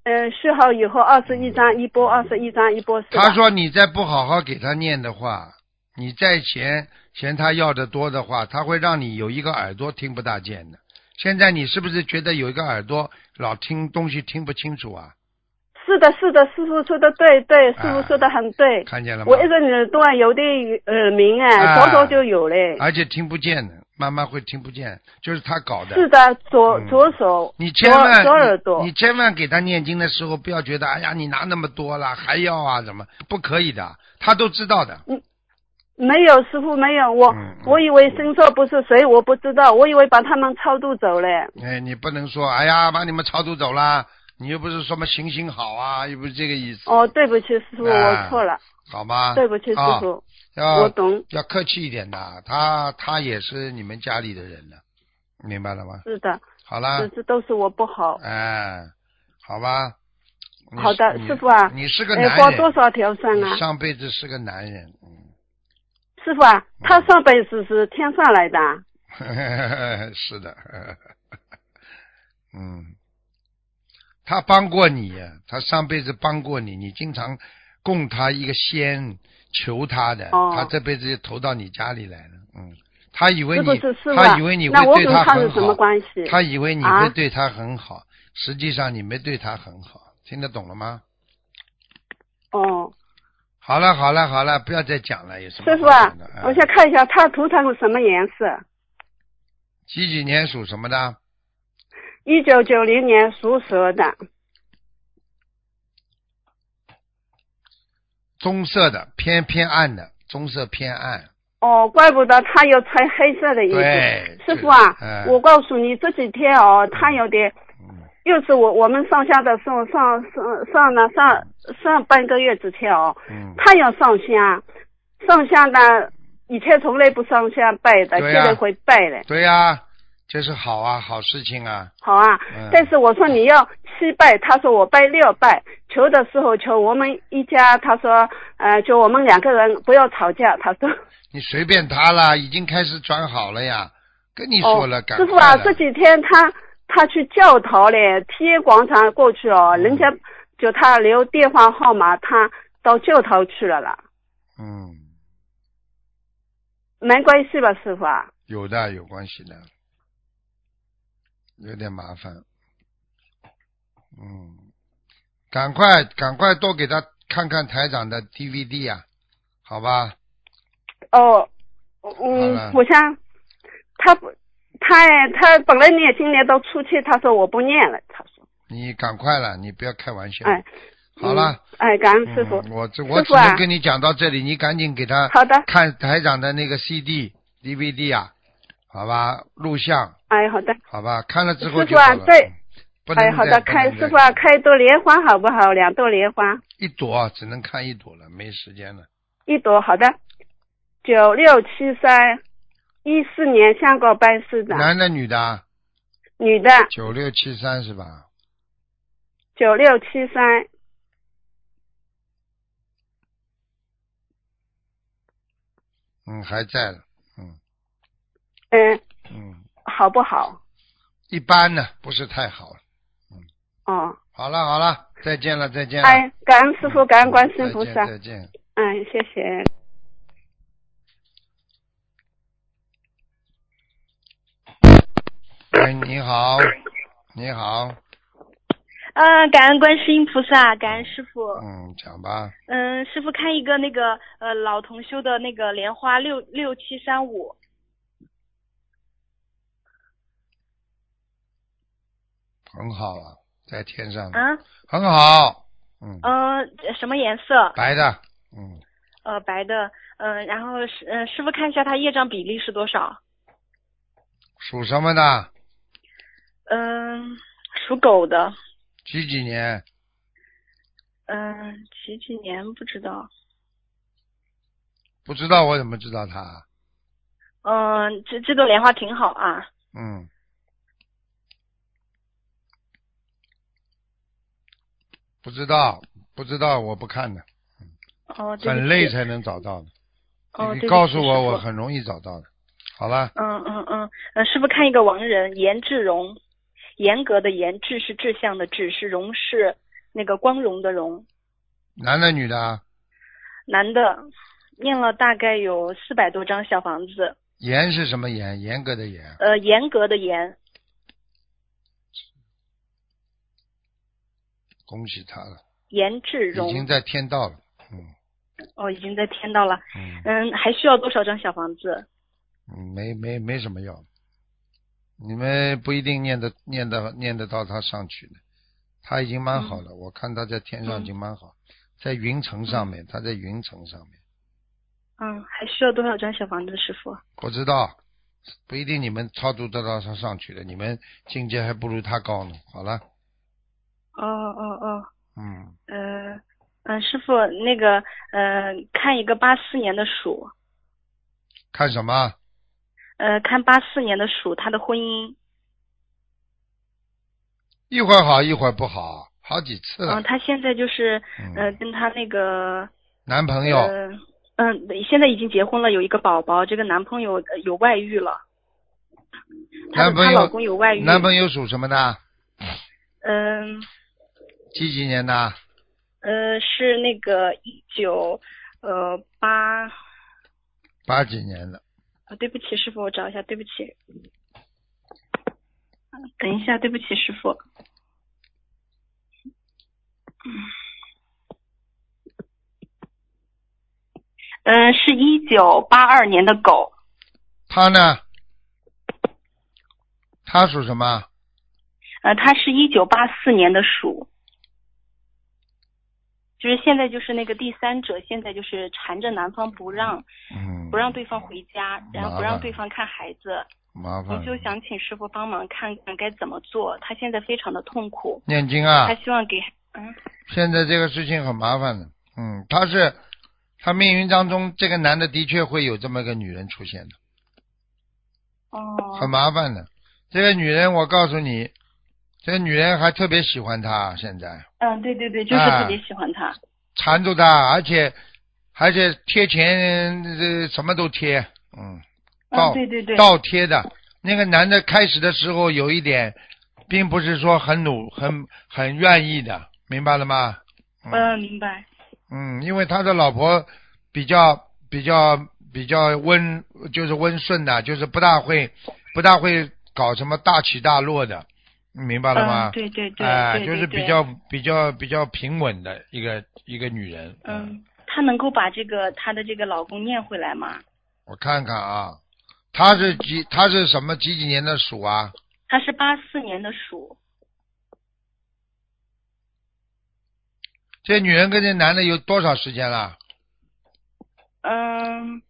[SPEAKER 4] 呃四号以后二十一张一波，二十一张一波是
[SPEAKER 1] 嗯
[SPEAKER 4] 吧
[SPEAKER 1] 他说你再不好好给他念的话，你再嫌嫌他要的多的话，他会让你有一个耳朵听不大见的。现在你是不是觉得有一个耳朵老听东西听不清楚啊？
[SPEAKER 4] 是的，是的，师傅说的对，对，师
[SPEAKER 1] 哎
[SPEAKER 4] 傅说的很对。
[SPEAKER 1] 看见了吗
[SPEAKER 4] 我？一个耳朵有的耳鸣
[SPEAKER 1] 哎
[SPEAKER 4] 哎，早早就有嘞。
[SPEAKER 1] 而且听不见的，慢慢会听不见，就是他搞的。
[SPEAKER 4] 是的，左
[SPEAKER 1] 嗯
[SPEAKER 4] 左手，
[SPEAKER 1] 你千万
[SPEAKER 4] 左左耳朵
[SPEAKER 1] 你，你千万给他念经的时候，不要觉得哎呀，你拿那么多了还要啊，怎么不可以的？他都知道的。
[SPEAKER 4] 没有师傅没有我
[SPEAKER 1] 嗯嗯，
[SPEAKER 4] 我以为身受不是谁，我不知道，我以为把他们超度走嘞。
[SPEAKER 1] 哎，你不能说哎呀，把你们超度走啦，你又不是什么行行好啊，又不是这个意思，
[SPEAKER 4] 哦，对不起师傅，
[SPEAKER 1] 哎
[SPEAKER 4] 我错了，
[SPEAKER 1] 好吗？
[SPEAKER 4] 对不起师
[SPEAKER 1] 啊
[SPEAKER 4] 傅，我
[SPEAKER 1] 要
[SPEAKER 4] 懂。
[SPEAKER 1] 要客气一点的，他他也是你们家里的人了，明白了吗？
[SPEAKER 4] 是的，
[SPEAKER 1] 好啦
[SPEAKER 4] 这，这都是我不好。
[SPEAKER 1] 哎，好吧。你
[SPEAKER 4] 好的
[SPEAKER 1] 你
[SPEAKER 4] 师傅啊
[SPEAKER 1] 你是个
[SPEAKER 4] 哎，
[SPEAKER 1] 男
[SPEAKER 4] 包
[SPEAKER 1] 人，
[SPEAKER 4] 多少条算啊
[SPEAKER 1] 你？上辈子是个男人，嗯。
[SPEAKER 4] 师傅啊，他上辈子是天上来的啊，
[SPEAKER 1] 是的，嗯，他帮过你，他上辈子帮过你，你经常供他一个仙，求他的，
[SPEAKER 4] 哦
[SPEAKER 1] 他这辈子就投到你家里来了，嗯，他以为
[SPEAKER 4] 是
[SPEAKER 1] 你，
[SPEAKER 4] 不是师傅
[SPEAKER 1] 他
[SPEAKER 4] 啊？
[SPEAKER 1] 以为你
[SPEAKER 4] 那我
[SPEAKER 1] 会对
[SPEAKER 4] 跟
[SPEAKER 1] 他
[SPEAKER 4] 他是
[SPEAKER 1] 很
[SPEAKER 4] 什么
[SPEAKER 1] 好，
[SPEAKER 4] 关系？
[SPEAKER 1] 他以为你会
[SPEAKER 4] 啊
[SPEAKER 1] 对他很好，实际上你没对他很好，听得懂了吗？
[SPEAKER 4] 哦，
[SPEAKER 1] 好了好了好了，不要再讲了，有什么
[SPEAKER 4] 师傅
[SPEAKER 1] 好
[SPEAKER 4] 啊
[SPEAKER 1] 讲的？，嗯
[SPEAKER 4] 我想看一下他图腾是什么颜色？
[SPEAKER 1] 几几年属什么的？
[SPEAKER 4] 一九九零年属蛇的，
[SPEAKER 1] 棕色的，偏偏暗的，棕色偏暗。
[SPEAKER 4] 哦，怪不得他有穿黑色的衣服。
[SPEAKER 1] 对，
[SPEAKER 4] 师傅啊
[SPEAKER 1] 嗯，
[SPEAKER 4] 我告诉你，这几天哦，他有点，又是我我们上下的时候，上上上呢上上半个月之前哦，
[SPEAKER 1] 嗯，
[SPEAKER 4] 他要上香，上香呢，以前从来不上香拜的，
[SPEAKER 1] 对
[SPEAKER 4] 现
[SPEAKER 1] 呀
[SPEAKER 4] 在会拜嘞。
[SPEAKER 1] 对呀、这是好啊，好事情啊。
[SPEAKER 4] 好啊，
[SPEAKER 1] 嗯
[SPEAKER 4] 但是我说你要七拜，他说我拜六拜。求的时候求我们一家，他说呃，就我们两个人不要吵架。他说
[SPEAKER 1] 你随便他啦，已经开始转好了呀。跟你说了，
[SPEAKER 4] 哦，
[SPEAKER 1] 赶
[SPEAKER 4] 师
[SPEAKER 1] 快
[SPEAKER 4] 傅啊，
[SPEAKER 1] 了
[SPEAKER 4] 这几天他他去教堂嘞，天安广场过去
[SPEAKER 1] 嗯
[SPEAKER 4] 哦，人家就他留电话号码，他到教堂去了啦，
[SPEAKER 1] 嗯，
[SPEAKER 4] 没关系吧，师傅啊？
[SPEAKER 1] 有的有关系的，有点麻烦。嗯，赶快赶快多给他看看台长的 DVD 啊，好吧？
[SPEAKER 4] 哦，
[SPEAKER 1] 好了
[SPEAKER 4] 嗯，我想他不，他他本来念今年到初七，他说我不念了，他说，
[SPEAKER 1] 你赶快了，你不要开玩笑。
[SPEAKER 4] 哎，
[SPEAKER 1] 好了。
[SPEAKER 4] 嗯，哎，感恩师傅，
[SPEAKER 1] 嗯、我只我
[SPEAKER 4] 师
[SPEAKER 1] 只
[SPEAKER 4] 傅啊
[SPEAKER 1] 能跟你讲到这里，你赶紧给他
[SPEAKER 4] 好的
[SPEAKER 1] 看台长的那个 CD、DVD 啊，好吧，录像，
[SPEAKER 4] 哎，好的，
[SPEAKER 1] 好吧，看了之后
[SPEAKER 4] 师
[SPEAKER 1] 就
[SPEAKER 4] 傅啊
[SPEAKER 1] 好了。嗯
[SPEAKER 4] 对
[SPEAKER 1] 不能
[SPEAKER 4] 哎，好
[SPEAKER 1] 再
[SPEAKER 4] 的，
[SPEAKER 1] 不
[SPEAKER 4] 开
[SPEAKER 1] 能再
[SPEAKER 4] 师傅啊，开一朵莲花好不好？两朵莲花，
[SPEAKER 1] 一朵啊只能看一朵了，没时间了。
[SPEAKER 4] 一朵，好的，九六七三，一四年香港班师的，
[SPEAKER 1] 男的女的啊？
[SPEAKER 4] 女的，
[SPEAKER 1] 九六七三是吧？
[SPEAKER 4] 九六七三，
[SPEAKER 1] 嗯，还在了，嗯
[SPEAKER 4] 嗯，
[SPEAKER 1] 嗯，
[SPEAKER 4] 好不好？
[SPEAKER 1] 一般呢，不是太好了。
[SPEAKER 4] 哦，
[SPEAKER 1] 好了好了，再见了再见了。
[SPEAKER 4] 哎，感恩师傅，感恩观世音菩
[SPEAKER 1] 啊再
[SPEAKER 4] 萨
[SPEAKER 1] 见，再见。
[SPEAKER 4] 嗯，谢谢。
[SPEAKER 1] 哎，你好，你好，
[SPEAKER 5] 嗯，感恩观世音菩萨，感恩师傅。
[SPEAKER 1] 嗯，讲吧，
[SPEAKER 5] 嗯，师傅看一个那个呃老同修的那个莲花六六七三五，
[SPEAKER 1] 很好啊，在天上呢。
[SPEAKER 5] 啊，
[SPEAKER 1] 很好，嗯，
[SPEAKER 3] 哦
[SPEAKER 5] 嗯、什么颜色？
[SPEAKER 1] 白的，嗯，
[SPEAKER 5] 呃，白的。嗯、然后是
[SPEAKER 3] 呃
[SPEAKER 5] 嗯、师傅看一下他业障比例是多少？
[SPEAKER 1] 属什么的？
[SPEAKER 3] 呃
[SPEAKER 5] 嗯、属狗的。
[SPEAKER 1] 几几年？
[SPEAKER 5] 嗯、
[SPEAKER 3] 呃
[SPEAKER 5] 几几年不知道。
[SPEAKER 1] 不知道我怎么知道他？
[SPEAKER 3] 嗯、这这朵莲花挺好啊。
[SPEAKER 1] 嗯。不知道，不知道，我不看的，
[SPEAKER 3] 哦，对不起
[SPEAKER 1] 很累。才能找到的。
[SPEAKER 3] 哦，对不
[SPEAKER 1] 你
[SPEAKER 3] 起
[SPEAKER 1] 告诉我，
[SPEAKER 3] 师傅
[SPEAKER 1] 我很容易找到的。好了，
[SPEAKER 3] 嗯嗯嗯，呃，师傅看一个亡人，颜志荣，严格的严，志是志向的志，是荣是那个光荣的荣，
[SPEAKER 1] 男的女的啊？
[SPEAKER 3] 男的，念了大概有四百多张小房子，
[SPEAKER 1] 严是什么严？严格的严。
[SPEAKER 3] 呃，严格的严，
[SPEAKER 1] 恭喜他了，
[SPEAKER 3] 颜志
[SPEAKER 1] 已经
[SPEAKER 3] 荣，
[SPEAKER 1] 在天道了。嗯
[SPEAKER 3] 哦，已经在天道了，
[SPEAKER 1] 嗯
[SPEAKER 3] 嗯，还需要多少张小房子？
[SPEAKER 1] 嗯，没没没什么药，你们不一定念得念得念得到他上去的，他已经蛮好了，我看他在天上已经蛮好，在云层上面，他在云层上面，
[SPEAKER 3] 嗯，还需要多少张小房子，师傅？哦
[SPEAKER 1] 不知道，不一定你们超度得到他上去的，你们境界还不如他高呢。好了，
[SPEAKER 3] 哦哦哦，
[SPEAKER 1] 嗯，
[SPEAKER 3] 呃，嗯，师傅那个，呃，看一个八四年的鼠，
[SPEAKER 1] 看什么？
[SPEAKER 3] 呃，看八四年的鼠，他的婚姻。
[SPEAKER 1] 一会儿好，一会儿不好，好几次
[SPEAKER 3] 嗯、
[SPEAKER 1] 了。
[SPEAKER 3] 她现在就是呃，
[SPEAKER 1] 嗯，
[SPEAKER 3] 跟她那个
[SPEAKER 1] 男朋友
[SPEAKER 3] 呃，嗯、现在已经结婚了，有一个宝宝，这个男朋友、呃有外遇了。她
[SPEAKER 1] 男
[SPEAKER 3] 的
[SPEAKER 1] 朋
[SPEAKER 3] 她
[SPEAKER 1] 友
[SPEAKER 3] 老公有外遇。
[SPEAKER 1] 男朋友属什么的？
[SPEAKER 3] 嗯
[SPEAKER 1] 几几年的？
[SPEAKER 3] 呃是那个一九呃八，
[SPEAKER 1] 八几年的。
[SPEAKER 3] 呃对不起，师傅，我找一下，对不起。等一下，对不起，师傅。嗯，是一九八二年的狗。
[SPEAKER 1] 他呢？他属什么？
[SPEAKER 3] 呃，他是一九八四年的鼠，就是现在就是那个第三者，现在就是缠着男方不让
[SPEAKER 1] 嗯，
[SPEAKER 3] 不让对方回家，然后不
[SPEAKER 1] 麻
[SPEAKER 3] 让
[SPEAKER 1] 烦
[SPEAKER 3] 对方看孩子，
[SPEAKER 1] 麻
[SPEAKER 3] 我
[SPEAKER 1] 烦。
[SPEAKER 3] 就想请师傅帮忙看看该怎么做。他现在非常的痛苦，
[SPEAKER 1] 念经啊
[SPEAKER 3] 他！希望给嗯
[SPEAKER 1] 现在这个事情很麻烦的。嗯，他是他命运当中这个男的的确会有这么一个女人出现的，很
[SPEAKER 3] 哦
[SPEAKER 1] 麻烦的。这个女人，我告诉你，这个女人还特别喜欢他，啊现在
[SPEAKER 3] 嗯对对对，就是
[SPEAKER 1] 哎
[SPEAKER 3] 特别喜欢他，
[SPEAKER 1] 缠住他，而且而且贴钱，这什么都贴，嗯。倒
[SPEAKER 3] 嗯对对对，
[SPEAKER 1] 倒贴的。那个男的开始的时候有一点，并不是说很努、很很愿意的，明白了吗？
[SPEAKER 3] 嗯明白，
[SPEAKER 1] 嗯，因为他的老婆比较、比较、比较温，就是温顺的，就是不大会、不大会搞什么大起大落的，你明白了吗
[SPEAKER 3] 嗯？对对对，
[SPEAKER 1] 哎、
[SPEAKER 3] 对
[SPEAKER 1] 就是
[SPEAKER 3] 对
[SPEAKER 1] 比
[SPEAKER 3] 对
[SPEAKER 1] 较、比较、比较平稳的一个一个女人。
[SPEAKER 3] 嗯，她能够把这个她的这个老公念回来吗？
[SPEAKER 1] 我看看啊，她是几？她是什么几几年的鼠啊？
[SPEAKER 3] 她是八四年的鼠。
[SPEAKER 1] 这女人跟这男的有多少时间了？
[SPEAKER 3] 嗯，嗯，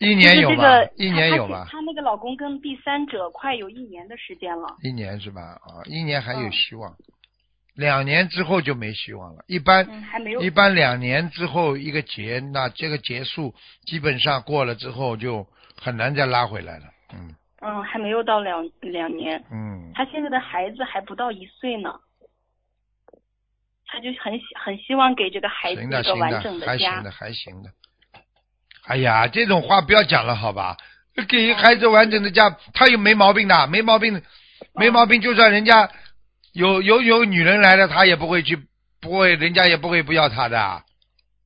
[SPEAKER 1] 一年有
[SPEAKER 3] 就是
[SPEAKER 1] 吧？
[SPEAKER 3] 这个
[SPEAKER 1] 一年有
[SPEAKER 3] 她
[SPEAKER 1] 吧？
[SPEAKER 3] 她那个老公跟第三者快有一年的时间了。
[SPEAKER 1] 一年是吧？啊，一年还有
[SPEAKER 3] 嗯
[SPEAKER 1] 希望，两年之后就没希望了。一般、
[SPEAKER 3] 嗯，还没有
[SPEAKER 1] 一。般两年之后一个结，那这个结束基本上过了之后就很难再拉回来了。嗯
[SPEAKER 3] 嗯，还没有到两两年。
[SPEAKER 1] 嗯，
[SPEAKER 3] 她现在的孩子还不到一岁呢。她就很希很希望给这个孩子
[SPEAKER 1] 行
[SPEAKER 3] 一
[SPEAKER 1] 的
[SPEAKER 3] 个
[SPEAKER 1] 行
[SPEAKER 3] 完整
[SPEAKER 1] 的，还
[SPEAKER 3] 家
[SPEAKER 1] 行。的还行的。哎呀，这种话不要讲了，好吧？给孩子完整的家，他又没毛病的，没毛病的，没毛病。就算人家有有有女人来了，他也不会去，不会，人家也不会不要他的。啊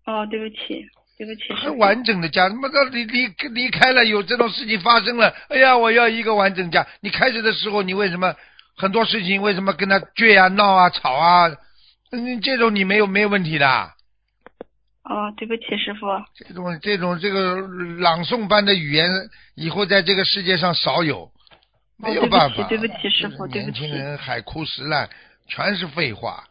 [SPEAKER 3] 哦，对不起，对不起。
[SPEAKER 1] 还完整的家，他妈的离离离开了，有这种事情发生了，哎呀，我要一个完整家。你开始的时候，你为什么很多事情为什么跟他倔啊、闹啊、吵啊？嗯，这种你没有没有问题的，
[SPEAKER 3] 哦，对不起，师傅。
[SPEAKER 1] 这种这种这个朗诵般的语言，以后在这个世界上少有，没有办法。
[SPEAKER 3] 哦对不起对不起师傅对不
[SPEAKER 1] 年
[SPEAKER 3] 起
[SPEAKER 1] 轻人海枯石烂，全是废话。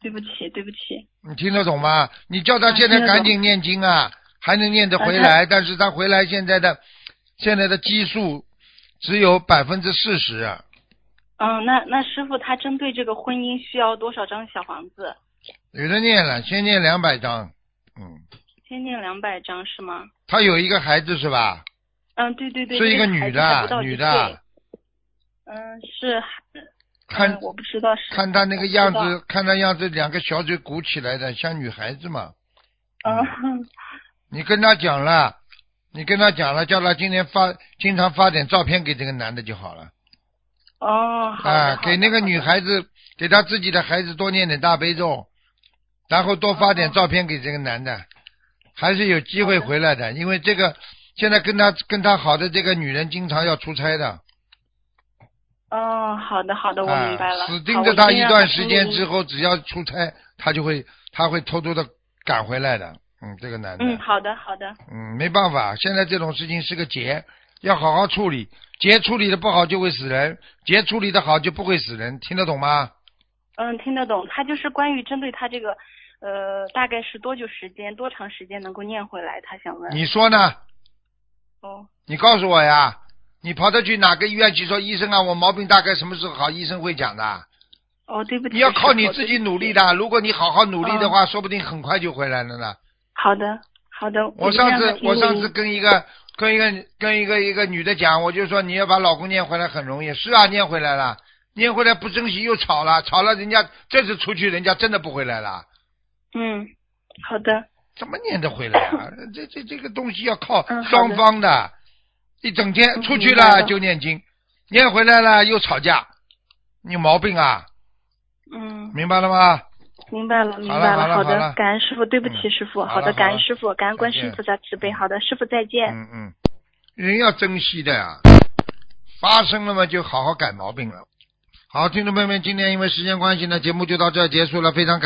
[SPEAKER 3] 对不起，对不起。
[SPEAKER 1] 你听得懂吗？你叫他现在赶紧念经啊，还能念得回来，但是他回来现在的现在的基数只有百分之四十，啊
[SPEAKER 3] 嗯，那那师傅他针对这个婚姻需要多少张小房子？
[SPEAKER 1] 有的念了，先念两百张，嗯，
[SPEAKER 3] 先念两百张是吗？
[SPEAKER 1] 他有一个孩子是吧？
[SPEAKER 3] 嗯，对对对，
[SPEAKER 1] 是一个
[SPEAKER 3] 这
[SPEAKER 1] 女
[SPEAKER 3] 孩子
[SPEAKER 1] 的
[SPEAKER 3] 还不到
[SPEAKER 1] 女
[SPEAKER 3] 一
[SPEAKER 1] 的
[SPEAKER 3] 岁。嗯，是孩。
[SPEAKER 1] 看
[SPEAKER 3] 嗯我不知道是。
[SPEAKER 1] 看他那个样
[SPEAKER 3] 不知道。
[SPEAKER 1] 子，看他样子，两个小嘴鼓起来的，像女孩子嘛。
[SPEAKER 3] 嗯，
[SPEAKER 1] 你跟他讲了，你跟他讲了，叫他今天发，经常发点照片给这个男的就好了。
[SPEAKER 3] 哦，好的。
[SPEAKER 1] 啊，
[SPEAKER 3] 好的
[SPEAKER 1] 给那个女。
[SPEAKER 3] 好的
[SPEAKER 1] 孩子，给他自己的孩子多念点大悲咒，然后多发点照片给这个男的，还是有机会回来的。因为这个现在跟他跟他好的这个女人经常要出差的，
[SPEAKER 3] 哦，好的好的，我明白
[SPEAKER 1] 啊，
[SPEAKER 3] 了。
[SPEAKER 1] 死
[SPEAKER 3] 好
[SPEAKER 1] 盯
[SPEAKER 3] 我
[SPEAKER 1] 着他
[SPEAKER 3] 定
[SPEAKER 1] 一
[SPEAKER 3] 让
[SPEAKER 1] 段
[SPEAKER 3] 他
[SPEAKER 1] 时
[SPEAKER 3] 听
[SPEAKER 1] 间
[SPEAKER 3] 录
[SPEAKER 1] 之
[SPEAKER 3] 音
[SPEAKER 1] 后，只要出差，他就会他会偷偷的赶回来的。嗯，这个男的，
[SPEAKER 3] 嗯，好的好的。
[SPEAKER 1] 嗯，没办法，现在这种事情是个劫，要好好处理。劫处理的不好就会死人，劫处理的好就不会死人，听得懂吗？
[SPEAKER 3] 嗯，听得懂。他就是关于针对他这个，呃，大概是多久时间、多长时间能够念回来？他想问。
[SPEAKER 1] 你说呢？
[SPEAKER 3] 哦，
[SPEAKER 1] 你告诉我呀，你跑到去哪个医院去说医生啊？我毛病大概什么时候好？医生会讲的。
[SPEAKER 3] 哦，对不起。
[SPEAKER 1] 你要靠
[SPEAKER 3] 师
[SPEAKER 1] 你
[SPEAKER 3] 傅
[SPEAKER 1] 自
[SPEAKER 3] 对
[SPEAKER 1] 己
[SPEAKER 3] 不
[SPEAKER 1] 努力
[SPEAKER 3] 起。
[SPEAKER 1] 的。如果你好好努力的话，
[SPEAKER 3] 嗯
[SPEAKER 1] 说不定很快就回来了呢。
[SPEAKER 3] 好的，好的。
[SPEAKER 1] 我
[SPEAKER 3] 嗯就
[SPEAKER 1] 上
[SPEAKER 3] 让他
[SPEAKER 1] 次
[SPEAKER 3] 听
[SPEAKER 1] 我
[SPEAKER 3] 录
[SPEAKER 1] 上
[SPEAKER 3] 音
[SPEAKER 1] 次跟一个跟一个跟一个一个女的讲，我就说你要把老公念回来很容易，是啊，念回来了，念回来不珍惜又吵了，吵了人家这次出去人家真的不回来了，
[SPEAKER 3] 嗯，好的，
[SPEAKER 1] 怎么念得回来 啊？这这这个东西要靠
[SPEAKER 3] 嗯好的
[SPEAKER 1] 双方的，一整天
[SPEAKER 3] 嗯
[SPEAKER 1] 出去
[SPEAKER 3] 明白
[SPEAKER 1] 了
[SPEAKER 3] 了
[SPEAKER 1] 就念经，念回来了又吵架，你有毛病啊？
[SPEAKER 3] 嗯，
[SPEAKER 1] 明白了吗？
[SPEAKER 3] 明白了，明
[SPEAKER 1] 好了
[SPEAKER 3] 白
[SPEAKER 1] 好了
[SPEAKER 3] 好
[SPEAKER 1] 好了
[SPEAKER 3] 的，感恩师傅，对不
[SPEAKER 1] 嗯
[SPEAKER 3] 起师傅，
[SPEAKER 1] 好
[SPEAKER 3] 好
[SPEAKER 1] 了
[SPEAKER 3] 的，
[SPEAKER 1] 好
[SPEAKER 3] 感
[SPEAKER 1] 了
[SPEAKER 3] 恩师傅，感恩观世
[SPEAKER 1] 再
[SPEAKER 3] 音
[SPEAKER 1] 见
[SPEAKER 3] 菩萨慈悲，好的，师傅再见。
[SPEAKER 1] 嗯嗯，人要珍惜的呀、发生了嘛就好好改毛病了。好，听众朋友们，今天因为时间关系呢，节目就到这儿结束了，非常感。